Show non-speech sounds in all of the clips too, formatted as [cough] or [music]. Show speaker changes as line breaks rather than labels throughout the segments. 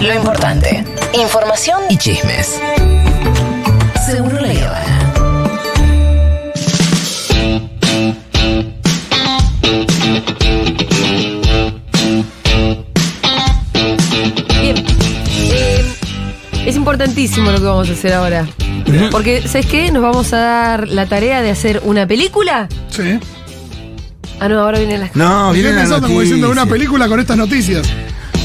Lo importante. Información y chismes. Seguro la Yavana.
Bien. Eh, es importantísimo lo que vamos a hacer ahora. Porque, ¿sabes qué? Nos vamos a dar la tarea de hacer una película.
Sí.
Ah, no, ahora vienen las.
No,
Estoy
vienen las
pensando como diciendo una
noticias.
película con estas noticias.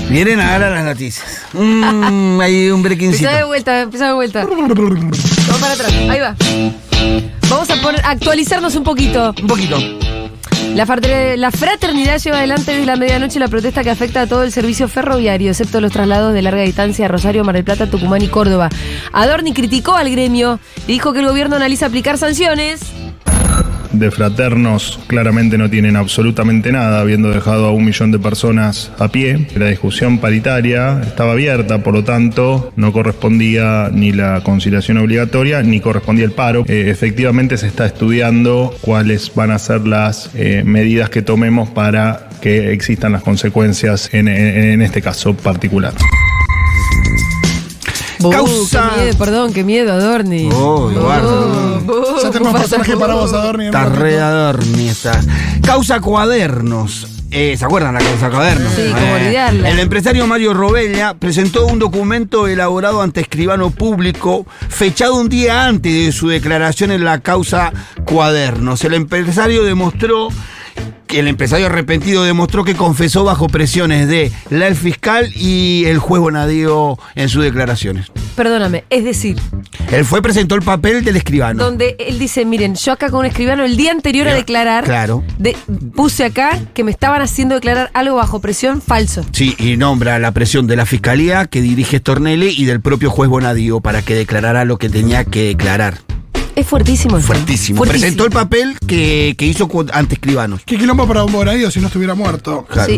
Vienen ahora las noticias. Mm, hay un brequincito.
Empezá de vuelta, empezá de vuelta. Vamos para atrás. Ahí va. Vamos a poner, actualizarnos un poquito.
Un poquito.
La, frater- la fraternidad lleva adelante desde la medianoche la protesta que afecta a todo el servicio ferroviario, excepto los traslados de larga distancia a Rosario, Mar del Plata, Tucumán y Córdoba. Adorni criticó al gremio y dijo que el gobierno analiza aplicar sanciones.
de fraternos claramente no tienen absolutamente nada, habiendo dejado a un millón de personas a pie. La discusión paritaria estaba abierta, por lo tanto, no correspondía ni la conciliación obligatoria ni correspondía el paro. Eh, efectivamente, se está estudiando cuáles van a ser las eh, medidas que tomemos para que existan las consecuencias en- en- en este caso particular.
Buh,
Causa-
Uh, qué miedo, perdón, qué miedo, Adorni. Uh,
Oh, Eduardo.
buh,
Ya tenemos
buh,
personaje
buh.
para vos, Adorni. en un
Está
rato.
re Adorni esta. Causa cuadernos. Eh, ¿Se acuerdan la causa cuadernos? Eh,
Sí, cómo olvidarla.
El empresario Mario Robella presentó un documento elaborado ante escribano público, fechado un día antes de su declaración en la causa cuadernos. El empresario demostró. que El empresario arrepentido demostró que confesó bajo presiones de la el fiscal y el juez Bonadío en sus declaraciones.
Perdóname, es decir,
Él fue presentó el papel del escribano.
donde él dice, miren, yo acá con un escribano el día anterior a
Claro.
declarar,
Claro.
de- puse acá que me estaban haciendo declarar algo bajo presión falso.
Sí, y nombra la presión de la fiscalía que dirige Stornelli y del propio juez Bonadío para que declarara lo que tenía que declarar.
Es fuertísimo. eso.
Fuertísimo. Presentó el papel que, que hizo cu- ante escribanos.
Qué quilombo para un Bonadío si no estuviera muerto.
Claro.
Sí.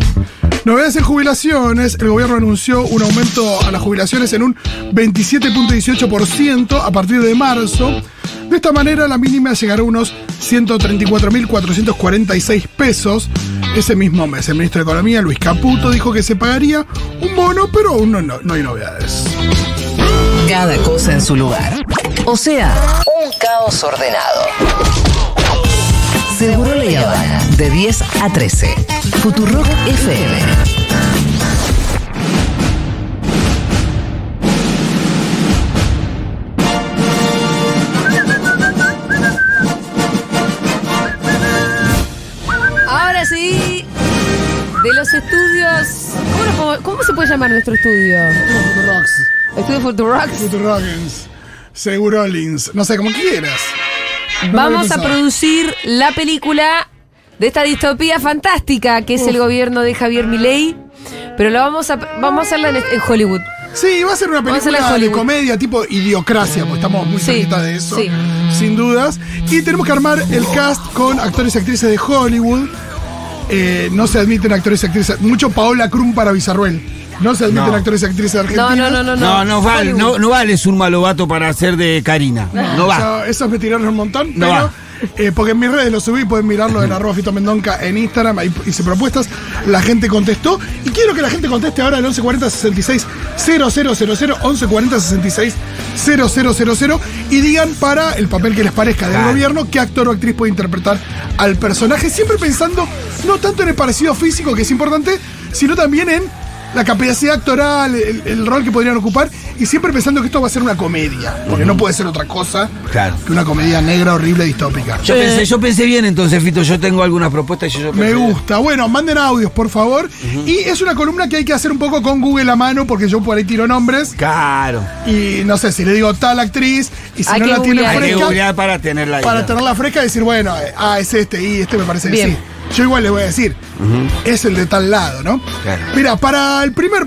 Novedades en jubilaciones. El gobierno anunció un aumento a las jubilaciones en un 27.18% a partir de marzo. De esta manera, la mínima llegará a unos 134.446 pesos ese mismo mes. El ministro de Economía, Luis Caputo, dijo que se pagaría un bono, pero aún no, no- no hay novedades.
Cada cosa en su lugar. O sea, un caos ordenado. Seguro la Yavana. De 10 a 13. Futurock FM.
Ahora sí, de los estudios. ¿Cómo, lo podemos- cómo se puede llamar nuestro estudio? Estudio Futurox.
Futurockins, Segurolins, no sé, como quieras. No lo
Vamos
había
a
pensado.
producir la película de esta distopía fantástica que es el gobierno de Javier Milei, pero la vamos a vamos a hacerla en, en Hollywood.
Sí, va a ser una
Vamos a hacerla en
película de
Hollywood.
comedia tipo idiocracia, porque estamos muy
Sí,
cerquita de eso,
sí.
sin dudas. Y tenemos que armar el cast con actores y actrices de Hollywood. Eh, no se admiten actores y actrices. Mucho Paola Krum para Bizarruel. No se admiten
No.
actores y actrices
No,
argentinas.
no, no, no, no.
No, no vale,
Hollywood.
no, no vale ser un malovato para hacer de Karina. No va.
Eso, esos me tiraron un montón,
No
pero.
va.
eh, porque en mis redes lo subí, pueden mirarlo
[laughs]
en arroba Fito Mendonca en Instagram, ahí hice propuestas, la gente contestó. Y quiero que la gente conteste ahora al 1140 66 0000, 1140 66 0000, y digan para el papel que les parezca del
Claro.
gobierno qué actor o actriz puede interpretar al personaje, siempre pensando no tanto en el parecido físico, que es importante, sino también en la capacidad actoral, el, el rol que podrían ocupar, y siempre pensando que esto va a ser una comedia, porque no puede ser otra cosa
Claro.
que una comedia negra, horrible, distópica.
Yo, pensé, yo pensé bien entonces, Fito. Yo tengo algunas propuestas y yo, yo
Me
pensé-
gusta. Bueno, manden audios, por favor. Y es una columna que hay que hacer un poco con Google a mano, porque yo por ahí tiro nombres.
Claro.
Y no sé, si le digo tal actriz, y si
Hay
no
que
la tienen
googlear.
Hay que
fresca,
googlear para tenerla ahí.
para tenerla fresca, decir, bueno, eh, ah, es este, y este me parece que
Bien.
sí. Yo igual le voy a decir, es el de tal lado, ¿no?
Claro.
Mira, para el primer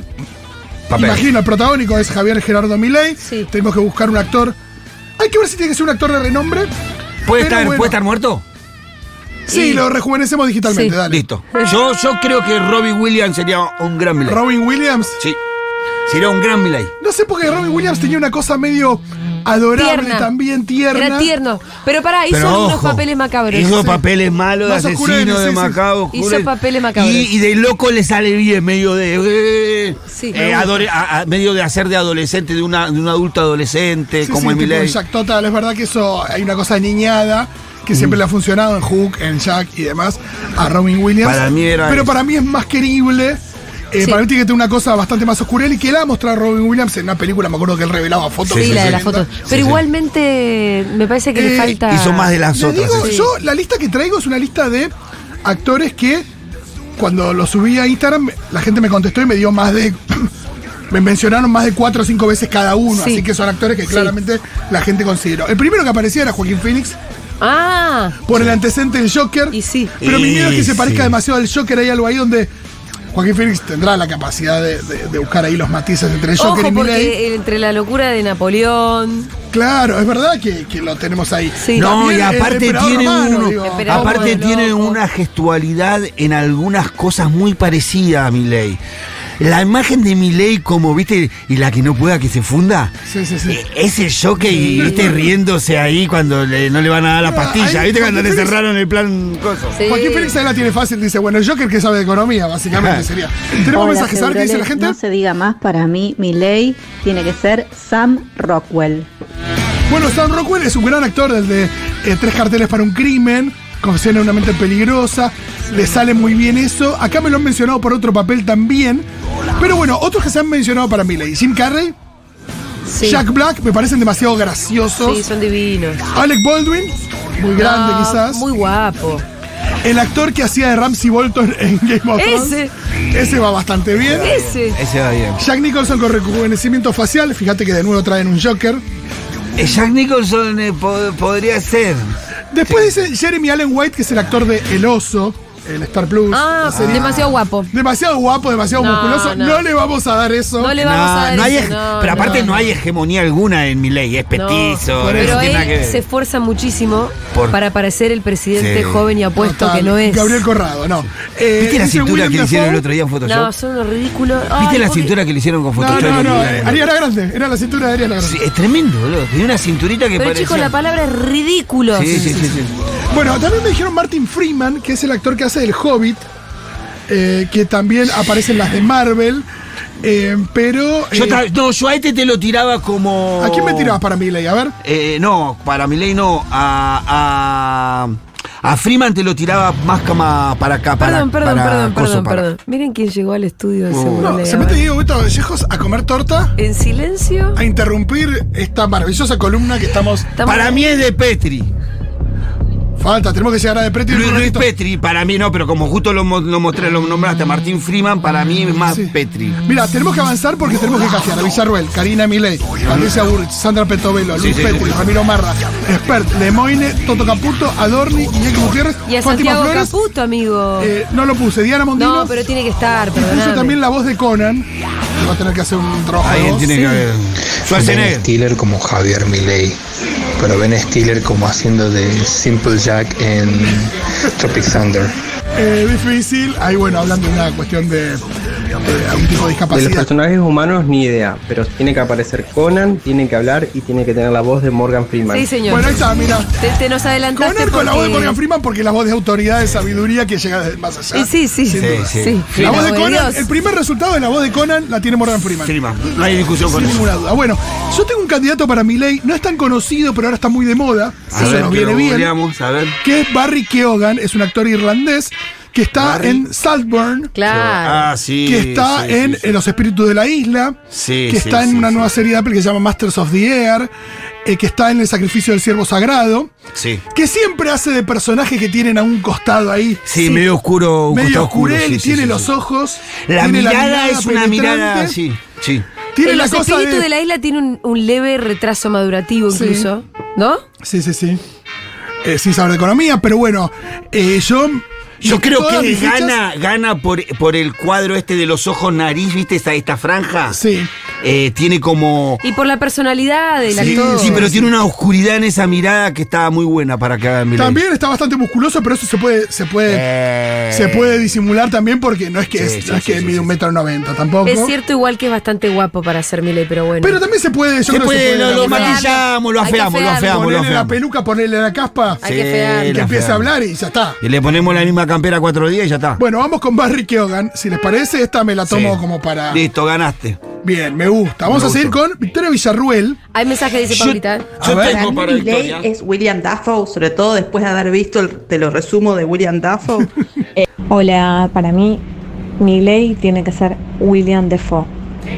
Papel.
Imagino, el protagónico es Javier Gerardo Milei.
Sí.
Tenemos que buscar un actor. Hay que ver si tiene que ser un actor de renombre. Pero
¿Puede estar,
bueno.
¿Puede estar muerto?
Sí,
Y-
lo rejuvenecemos digitalmente,
Sí.
dale.
Listo. Yo, yo creo que Robbie Williams sería un gran Milay.
Robin Williams.
Sí. Sería un gran Milay.
No sé porque Robin Williams tenía una cosa medio adorable
Tierna.
también, tierna.
Era tierno. Pero pará, hizo
Pero
unos
ojo,
papeles macabros.
Hizo
Sí.
papeles malos, de
Más oscuros,
asesino,
sí,
de
sí.
macabro.
Hizo
oscuro.
papeles macabros.
Y, y de loco le sale bien, medio de. eh,
Sí.
eh,
Me gusta.
adole- a- a- medio de hacer de adolescente, de, una, de un adulto adolescente,
Sí,
como
sí, tipo
Emilio.
en Jack Total, es verdad que eso hay una cosa niñada
Mm.
que siempre le ha funcionado en Hook, en Jack y demás, a Robin Williams.
Para mí era
Pero
eso.
para mí es más querible. eh,
Sí.
Para mí tiene que tener una cosa bastante más oscura y que la mostrar Robin Williams en una película, me acuerdo que él revelaba fotos.
Sí,
Sí,
la de
sí, sí.
las fotos.
Sí,
Pero
sí.
igualmente me parece que le
Eh,
falta.
Hizo más de las
Le
otras.
digo,
sí.
yo la lista que traigo es una lista de actores que cuando lo subí a Instagram la gente me contestó y me dio más de... [clears throat] Me mencionaron más de cuatro o cinco veces cada uno,
Sí.
así que son actores que
Sí.
claramente la gente consideró. El primero que aparecía era Joaquín Phoenix,
Ah,
por el antecedente del Joker.
Y sí.
Pero mi miedo es que
Y
se parezca
sí.
demasiado al Joker. Hay algo ahí donde Joaquín Phoenix tendrá la capacidad de, de- de buscar ahí los matices entre el Joker
ojo,
y Miley.
porque entre la locura de Napoleón.
Claro, es verdad que, que lo tenemos ahí.
Sí.
No,
También el
y aparte
emperador
tiene
romano,
uno-
digo.
Emperador
aparte
romano,
tiene
loco.
una gestualidad en algunas cosas muy parecida a Milei. La imagen de Milei como, viste, y la que no pueda que se funda.
Sí, sí, sí.
eh, Es el choque y viste riéndose ahí cuando le- no le van a dar la
Ah,
pastilla.
ahí
¿Viste cuando le
Joaquín Phoenix-
cerraron el plan coso?
Sí.
Joaquín Phoenix ahí la tiene fácil, dice, bueno, el Joker que sabe de economía, básicamente
Ajá.
sería. Tenemos
Hola,
mensajes, a ver qué dice la
Seguroles.
gente.
No se diga más, para mí mi ley tiene que ser Sam Rockwell.
Bueno, Sam Rockwell es un gran actor del de eh, Tres carteles para un crimen, Confesión en una mente peligrosa, le sale muy bien eso. Acá me lo han mencionado por otro papel también. Pero bueno, otros que se han mencionado para mí, Jim Carrey,
Sí.
Jack Black, me parecen demasiado graciosos.
Sí, son divinos.
Alec Baldwin, muy grande
No,
quizás.
Muy guapo.
El actor que hacía de Ramsey Bolton en Game of Thrones.
Ese.
Ese va bastante bien.
Ese.
Ese va bien.
Jack Nicholson con rejuvenecimiento facial, fíjate que de nuevo traen un Joker.
Eh, Jack Nicholson eh, po- podría ser.
Después dice Jeremy Allen White, que es el actor de El Oso, el Star Plus.
Ah,
la serie.
demasiado guapo.
Demasiado guapo, demasiado
No,
musculoso.
no.
No. le vamos a dar eso.
No le
No,
vamos a dar
no hay
ese,
hege-
no,
pero aparte no,
no.
hay hegemonía alguna en Milei. Es
No,
petizo. no
pero
tiene nada que
él
ver.
se esfuerza muchísimo
Por-
para parecer el presidente
Sí.
joven y apuesto
Total,
que no es.
Gabriel Corrado, no. Eh,
¿Viste la
dice
cintura
William
que le hicieron el
Dafoe.
otro día en Photoshop?
No, son unos ridículos.
¿Viste
Ay,
la
porque-
cintura que le hicieron con
No,
Photoshop?
no, no.
El
eh,
otro
Ariana
día?
Grande. Era la cintura de Ariana Grande.
Sí, es tremendo, boludo. Tenía una cinturita que
Pero
parecía...
chicos, la palabra es ridículo.
Sí, sí, sí, sí.
Bueno, también me dijeron Martin Freeman, que es el actor que hace El Hobbit, eh, que también aparece en las de Marvel. eh, pero.
Yo
eh,
tra- no, yo a este te lo tiraba como...
¿A quién me tirabas para Miley? A ver.
Eh, no, para Milei no. A, a, a Freeman te lo tiraba más cama para acá. para-
Perdón, perdón,
para
perdón,
coso,
perdón,
para-
perdón. Miren quién llegó al estudio de
Oh.
Seguro
No,
Legal.
se mete Diego Beto Vallejos a comer torta,
En silencio.
a interrumpir esta maravillosa columna que estamos.
Estamos-
Para mí es de Petri.
Falta, tenemos que llegar a De Preti.
Luis, Luis Petri, para mí no, pero como justo lo, mo- lo mostré, lo nombraste a Martín Freeman, para mí es más Petri.
Mira, tenemos que avanzar porque tenemos que cajear a Villarruel, Karina Milei, Patricia Burch, Sandra Petovelo, Luis
sí,
Petri,
sí.
Ramiro Marra, Expert, Lemoine, Toto Caputo, Adorni, Iñaki Gutiérrez,
Y a
Fátima
Santiago
Flores.
Caputo, amigo.
eh, no lo puse, Diana Mondino.
no, pero tiene que estar,
Y puso
perdón.
también la voz de Conan. que Va a tener que hacer un trabajo. de
Alguien
voz.
tiene que ver.
Ben
Schwarzenegger.
Stiller como Javier Milei, pero Ben Stiller como haciendo de Simple Jack en Tropic Thunder.
Eh, difícil. Ahí, bueno, hablando de una cuestión de, de algún tipo de
De los
discapacidad.
personajes humanos, ni idea, pero tiene que aparecer Conan, tiene que hablar y tiene que tener la voz de Morgan Freeman.
Sí, señor.
Bueno, ahí está, mira.
te, te nos adelantaste.
Conan con la voz
porque-
de Morgan Freeman porque la voz de autoridad, de sabiduría que llega desde más allá.
Y sí, sí.
Sin duda. Sí, sí.
Sí,
La voz de
de
Conan,
Dios.
el primer resultado de la voz de Conan la tiene Morgan Freeman.
Freeman, no hay discusión con
Sin
eso.
ninguna duda. Bueno, yo tengo un candidato para mi ley, no es tan conocido, pero ahora está muy de moda.
A
Eso
ver,
nos
que
viene
lo
bien.
googleamos, a ver.
Que es Barry Keoghan, es un actor irlandés que está en Saltburn.
Claro.
Ah, sí.
que está
sí,
en
sí, sí.
Los Espíritus de la Isla,
Sí,
que
sí,
está en
sí,
una
sí.
nueva serie de Apple que se llama Masters of the Air, eh, que está en El Sacrificio del Siervo Sagrado,
Sí.
que siempre hace de personajes que tienen a un costado ahí.
Sí, medio oscuro. un
Medio
costado oscuro,
oscurel,
sí, sí,
tiene
sí,
los
sí.
ojos.
La
tiene
mirada es una mirada.
penetrante,
Sí, sí.
Tiene
En
la
los
cosa
espíritus
de...
de... la isla tiene un, un leve retraso madurativo
Sí.
incluso, ¿no?
Sí, sí, sí. Eh, sin saber de economía, pero bueno, eh, yo.
Yo
de
creo
todas
que
mis fichas-
gana, gana por, por el cuadro este de los ojos, nariz, ¿viste? Esta, esta franja.
Sí.
eh, tiene como...
Y por la personalidad del
Sí,
actor.
sí, pero tiene una oscuridad en esa mirada que está muy buena para que hagan Milei.
También está bastante musculoso, pero eso se puede, se puede,
Eh,
se puede disimular también porque no es que,
Sí,
es,
sí,
no es
sí,
que
sí,
mide
sí,
un
sí.
metro noventa tampoco.
Es cierto igual que es bastante guapo para ser Milei, pero bueno.
Pero también se puede, yo
se
creo que
puede, lo, lo
laburar.
maquillar,
maquillamos, lo
Hay que
afeamos, lo
afearlo.
afeamos, lo
Ponerle la
afeamos.
peluca, ponerle la caspa,
Hay que
Sí,
afear.
lo
que empiece a
afeamos.
hablar y ya está.
Y le ponemos la misma campera cuatro días y ya está.
Bueno, vamos con Barry Keoghan. Si les parece, esta me la tomo
Sí.
como para.
Listo, ganaste.
Bien, me gusta. Vamos
Me
a seguir con Victoria Villarruel.
Hay mensaje, dice ¿eh?
Yo-
Paulita.
Yo
ver.
tengo para
Milley
Victoria.
es William Dafoe, sobre todo después de haber visto el te lo resumo de William
[laughs]
Dafoe.
Eh,
Hola, para mí, Miley tiene que ser William Defoe.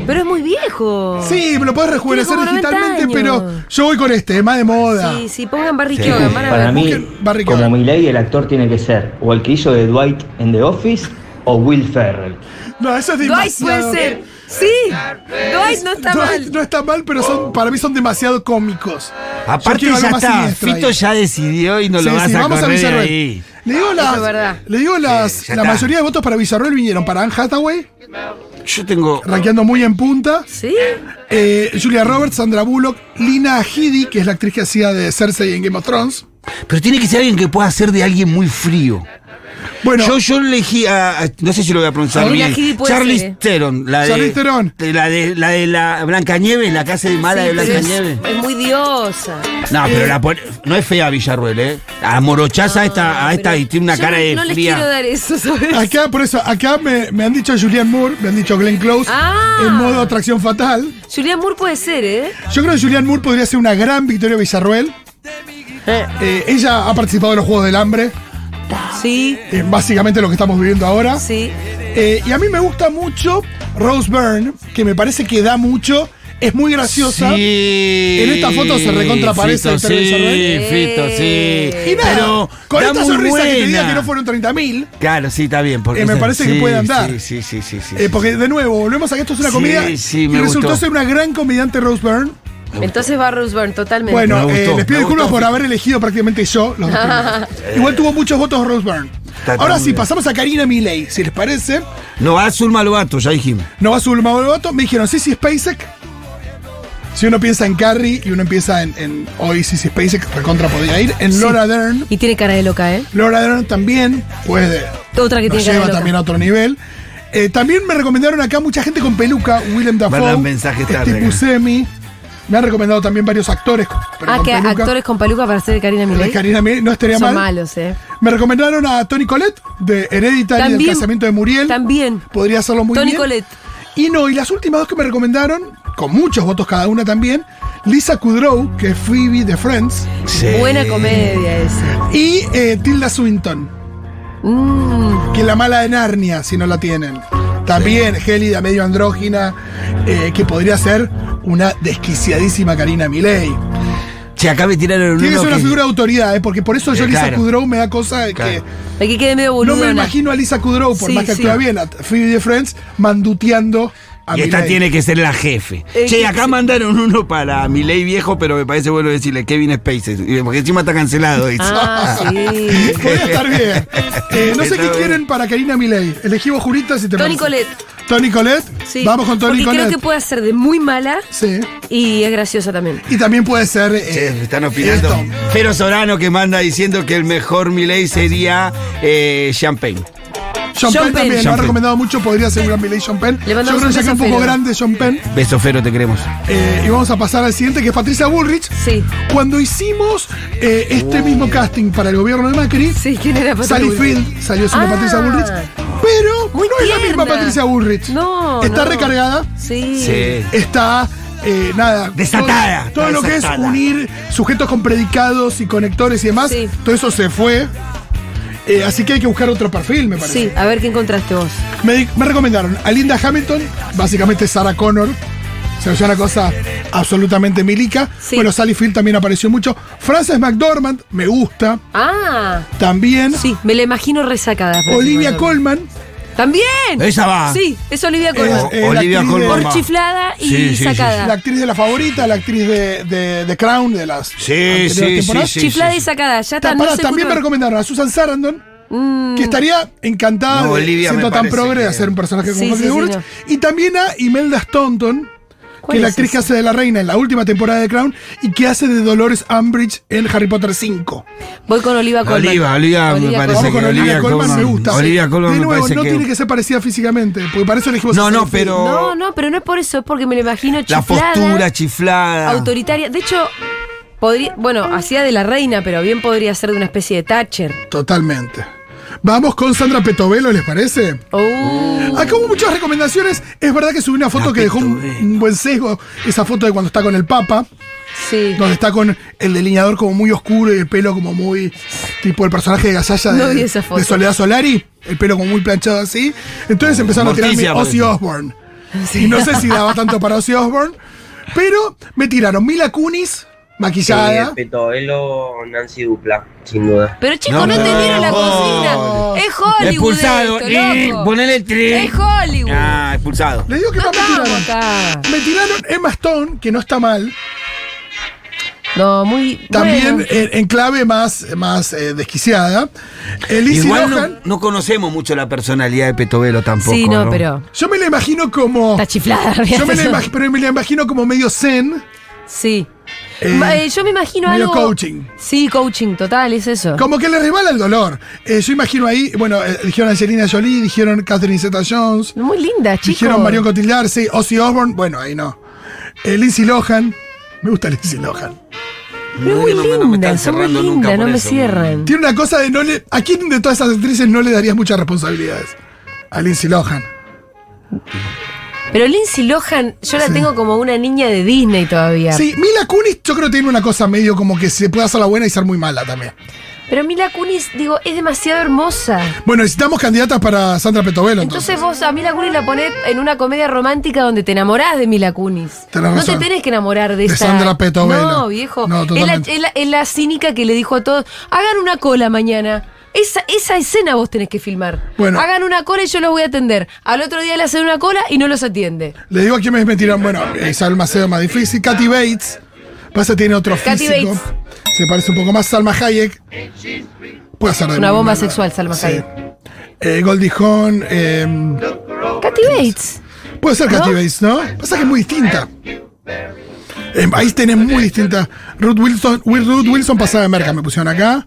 Pero es muy viejo.
Sí, me lo podés rejuvenecer
Tiene como 90
digitalmente,
años.
pero yo voy con este, es más de moda.
Sí, sí, pongan Barry
Sí.
Keoghan, van a
Para
ver.
mí,
Busquen Barry
como
Keoghan.
Milei, el actor tiene que ser o el que hizo de Dwight en The Office o Will Ferrell.
No, eso es
Dwight
demasiado.
puede ser. Sí, Dwight no está
Dwight
mal.
no está mal, pero son, para mí son demasiado cómicos. Yo
Aparte
quiero
ya
algo más
está,
siniestro
Fito
ahí.
ya decidió y no
Sí,
lo vas
sí,
a
vamos a
correr
Villarroel.
ahí.
Le digo las.
es verdad.
Le digo las.
Sí, ya
la
está.
mayoría de votos para Villarroel vinieron para Anne Hathaway,
Yo tengo...
rankeando muy en punta.
Sí.
eh, Julia Roberts, Sandra Bullock, Lina Headey, que es la actriz que hacía de Cersei en Game of Thrones.
Pero tiene que ser alguien que pueda ser de alguien muy frío.
Bueno,
Yo, yo elegí a, a- No sé si lo voy a pronunciar
Ahora, Gidi
bien.
puede ser, eh.
Charlize Theron. La de,
Charlize Theron.
de la de la, de la Blancanieves, la casa de mala
Ah, Sí,
de
pero es,
Blancanieves.
es muy diosa.
No,
Eh.
pero la pon- no es fea Villarruel, ¿eh? A Morochaza a
Ah,
esta, a esta
Pero
y tiene una
yo
cara
no-
de
No les
fría.
quiero dar eso, ¿sabes?
acá, por eso, acá me, me han dicho Julianne Moore, me han dicho Glenn Close,
Ah.
en modo atracción fatal.
Julian Moore puede ser, ¿eh?
Yo creo que Julianne Moore podría ser una gran Victoria Villarroel. Eh, ella ha participado en los Juegos del Hambre,
Sí,
en básicamente lo que estamos viviendo ahora.
sí.
Eh, y a mí me gusta mucho Rose Byrne, que me parece que da mucho, es muy graciosa.
Sí.
En esta foto se recontra aparece
Fito,
Victoria
sí,
Villarruel.
Fito,
Eh.
sí.
Y nada,
pero
con
da
esta
muy
sonrisa que te diga
buena.
que no fueron 30.000,
Claro, sí, está bien. Porque
Eh, me parece que
sí,
puede andar.
Sí, sí, sí, sí. sí,
eh, porque de nuevo, volvemos a que esto es una
Sí,
comedia
sí,
y
me
resultó
gustó.
ser una gran comediante Rose Byrne.
Entonces va Rose Byrne, totalmente.
Bueno,
Me
eh,
gustó,
les pido
me
disculpas
gustó.
por haber elegido prácticamente yo los dos primeros.
[laughs]
Igual tuvo muchos votos Rose Byrne.
Está
Ahora
muy
sí,
bien.
pasamos a Karina Milei, si les parece.
No va Zulma Lobato, ya dijimos.
No va a subir más voto. Me dijeron Sissy Spacek. Si uno piensa en Carrie y uno piensa en, en hoy Sissy Spacek, recontra podría ir. En Laura Dern.
Y tiene cara de loca, ¿eh?
Laura Dern también puede.
Otra que tiene cara
Nos
de
lleva
loca.
también a otro nivel. Eh, también me recomendaron acá mucha gente con peluca. Willem Dafoe.
Mandan mensajes tarde
Steve
acá.
Buscemi. Me han recomendado también varios actores. pero
ah,
con
que
peluca.
actores con peluca para ser de Karina
De
Milei.
Karina Milei, no estaría
Son
mal.
malos, ¿eh?
Me recomendaron a Tony Colette de Hereditary del
También-
casamiento de Muriel.
También.
Podría hacerlo muy
Toni
bien.
Collette.
Y no, y las últimas dos que me recomendaron, con muchos votos cada una también, Lisa Kudrow, que es Phoebe de Friends,
Sí.
Buena comedia esa.
y eh, Tilda Swinton,
Mm,
que es la mala de Narnia, si no la tienen. También gélida, medio andrógina, eh, que podría ser una desquiciadísima Karina Milei.
Che, acá me tiraron
Tiene que
uno
ser una
que-
figura de autoridad, ¿eh? porque por eso yo
Eh,
Lisa
claro.
Kudrow me da cosa de
Claro.
que...
aquí quedé medio
No
boludo.
me imagino a Lisa Kudrow, por
Sí,
más que
sí.
actúa bien, a Phoebe de Friends, manduteando a
Y esta
Milei.
tiene que ser la jefe.
Eh,
che,
que-
acá mandaron uno para Milei viejo, pero me parece bueno decirle Kevin Spaces. Porque encima está cancelado. dice.
Ah,
[laughs]
sí.
[laughs] Podría estar
[laughs]
bien. Eh, no sé
Está
qué
bien.
quieren para Karina Milei. Elegimos Jurita si te
Toni
parece.
Collette.
Toni Colette.
Sí.
Vamos con Toni
Porque
Colette.
creo que puede ser de muy mala
Sí.
y es graciosa también.
Y también puede ser. eh,
Che, me están opinando.
esto.
Pero Sorano que manda diciendo que el mejor Milei sería eh, Champagne.
Sean
Sean
Penn
Penn.
también. Lo
Sean
ha
Penn.
recomendado mucho. Podría ser un gran Milei Sean Penn.
Le
Yo
mandamos
creo que
un
ya que
beso
es un
a
poco
Fede.
grande Sean Penn.
Beso Fero, te queremos.
Eh, y vamos a pasar al siguiente, que es Patricia Bullrich.
Sí.
Cuando hicimos eh, este mismo casting para el gobierno de Macri,
Sí, ¿quién era Patricia
Sally
Bullrich?
Field salió siendo
Ah.
Patricia Bullrich, pero
Muy
no es la misma
tierna.
Patricia Bullrich.
No,
Está
no.
recargada,
Sí.
Sí.
está eh, nada.
Desatada,
Todo, todo lo que es
desatada.
unir sujetos con predicados y conectores y demás,
Sí.
todo eso se fue. Eh, así que hay que buscar otro perfil, me parece.
Sí, a ver qué encontraste vos.
Me, di- me recomendaron a Linda Hamilton, básicamente Sarah Connor. Se me hizo una cosa absolutamente milica.
Sí.
Bueno, Sally Field también apareció mucho. Frances McDormand, me gusta.
Ah,
También.
sí, me la imagino resacada.
Olivia
Colman.
Colman.
También.
Esa va.
Sí, es Olivia Colman.
eh, la actriz
Olivia
de-
Colman.
Por
va.
chiflada y
Sí, sí, sí,
sacada.
La actriz de la favorita, la actriz de, de, de Crown, de las
Sí,
anteriores
sí, sí,
temporadas.
sí.
chiflada y sacada. Ya
Ta-
está, no
pará,
se
también me
juzga.
recomendaron a Susan Sarandon,
Mm,
que estaría encantada
No,
de-
Olivia me
siendo tan
parece
progre de
que-
hacer un personaje como
Sí,
Bucky
sí, sí,
Burch.
no.
Y también a Imelda Staunton, que es la actriz que hace de la reina en la última temporada de Crown y que hace de Dolores Umbridge en Harry Potter 5.
Voy con Oliva Colman.
Oliva, Oliva, me parece
Vamos
que
con Olivia
Olivia
Colman,
Colman-
me gusta. sí.
Olivia Colman
de
me
nuevo,
parece
no
que-
tiene que ser parecida físicamente, porque para eso elegimos
No,
a
no,
Sophie.
pero-
No, no, pero no es por eso, es porque me lo imagino
La
chiflada,
postura chiflada.
autoritaria. De hecho, podría, bueno, hacía de la reina, pero bien podría ser de una especie de Thatcher.
Totalmente. Vamos con Sandra Petovelo, ¿les parece?
Oh.
Acá hubo muchas recomendaciones. Es verdad que subí una foto
Uh. La
que dejó un, un buen sesgo, esa foto de cuando está con el Papa,
Sí.
donde está con el delineador como muy oscuro y el pelo como muy tipo el personaje de Gasalla
No vi
de,
esa foto.
de Soledad Solari, el pelo como muy planchado así. Entonces empezaron a
Morticia,
tirarme Ozzy
Oh, parece.
Osbourne. Y no sé
[laughs]
si daba tanto para Ozzy Osbourne, pero me tiraron Mila Kunis, maquillada.
Petovelo, Nancy Dupla, sin duda.
Pero chico, no,
No,
te
no,
dieron la
no.
cocina. Es Hollywood.
Expulsado.
esto,
Eh,
loco.
ponele el tren.
Es Hollywood.
Ah, expulsado.
Les digo que
No
más me
estamos
tiraron.
acá.
Me tiraron Emma Stone, que no está mal.
No, muy.
También
bueno.
en, en clave más, más eh, desquiciada. El
Igual no,
Lohan,
no conocemos mucho la personalidad de Petovelo tampoco.
sí, no, pero.
yo me la imagino como.
Está chiflada.
Yo me la
eso.
imagi- pero me la imagino como medio zen,
Sí.
Eh,
Ma- eh, yo me imagino
medio
algo.
coaching.
Sí, coaching, total, es eso.
Como que le resbala el dolor. Eh, yo imagino ahí, bueno, eh, dijeron Angelina Jolie, dijeron Catherine Zeta Jones,
Muy linda, chicos.
dijeron Marion Cotillard, sí, Ozzy Osbourne, bueno, ahí no. Eh, Lindsay Lohan, me gusta Lindsay Lohan.
Pero es muy
No, no,
linda,
no me están
son muy
cerrando nunca
lindas,
por
no me
eso.
cierran.
Tiene una cosa de no le. ¿A quién de todas esas actrices no le darías muchas responsabilidades? A Lindsay Lohan.
Pero Lindsay Lohan, yo la
Sí.
tengo como una niña de Disney todavía.
Sí, Mila Kunis yo creo que tiene una cosa medio como que se puede hacer la buena y ser muy mala también.
Pero Mila Kunis, digo, es demasiado hermosa.
Bueno, necesitamos candidatas para Sandra Petovelo. Entonces,
Entonces vos a Mila Kunis la ponés en una comedia romántica donde te enamorás de Mila Kunis.
Tenés
no
razón.
te tenés que enamorar de,
De
esta.
Sandra Petovelo.
No, viejo.
No,
Es la-
totalmente.
es, la, es la cínica que le dijo a todos, hagan una cola mañana. Esa, esa escena vos tenés que filmar.
Bueno.
Hagan una cola y yo los voy a atender. Al otro día le hacen una cola y no los atiende.
le digo a quién me mentirán. Bueno, eh, Isabel Maceo más difícil. Katy Bates. Pasa tiene otro
Kathy
físico. Se parece un poco más a Salma Hayek. Puede ser de
Una
muy
bomba
mala.
sexual, Salma
Sí.
Hayek.
Eh, Goldie Hawn. eh,
Katy Bates.
Puede ser Katy
¿No?
Bates, ¿no? Pasa que es muy distinta. Eh, ahí tenés muy distinta. Ruth Wilson, Will- Ruth Wilson pasaba de merca, me pusieron acá.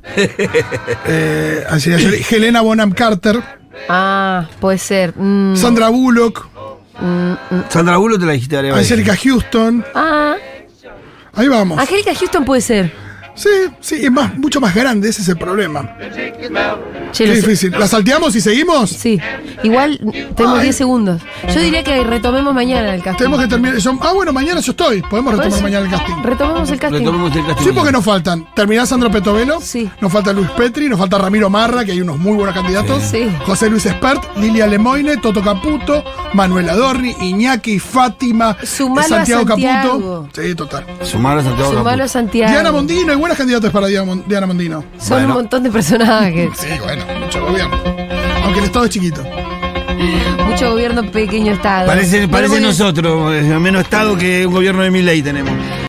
Eh, Angelina Jolie, Helena Bonham Carter,
Ah, puede ser. Mm.
Sandra Bullock,
Sandra Bulo te la dijiste varias veces.
Angelica Houston.
Ah,
Ahí vamos.
Angélica Houston puede ser.
Sí, sí, es más, mucho más grande, ese es el problema.
Che,
Qué
lo sé.
difícil. ¿La salteamos y seguimos?
Sí, igual tenemos
Ay.
10 segundos. Yo diría que retomemos mañana el casting.
Tenemos que terminar. yo- ah, bueno, mañana yo estoy. Podemos
¿Puede
retomar
ser?
mañana el casting.
Retomemos Pues, el casting.
Retomemos el casting.
Sí, porque nos faltan. Terminá Sandro Petovelo.
Sí.
Nos falta Luis Petri, nos falta Ramiro Marra, que hay unos muy buenos candidatos.
Sí.
José Luis Espert, Lilia Lemoine, Toto Caputo, Manuel Adorni, Iñaki, Fátima,
Sumalo a Santiago.
Caputo. Sí, total.
Sumar a Santiago
Sumalo a
Caputo.
Santiago.
Diana Mondino, hay buenas candidatas para Diana Mon- Diana Mondino.
Son
Bueno.
un montón de personajes.
Sí, bueno, mucho gobierno. Aunque el Estado es chiquito.
Mucho gobierno, pequeño Estado.
Parece,
Bueno,
parece
muy bien.
nosotros, eh, menos Estado que un gobierno de mi ley tenemos.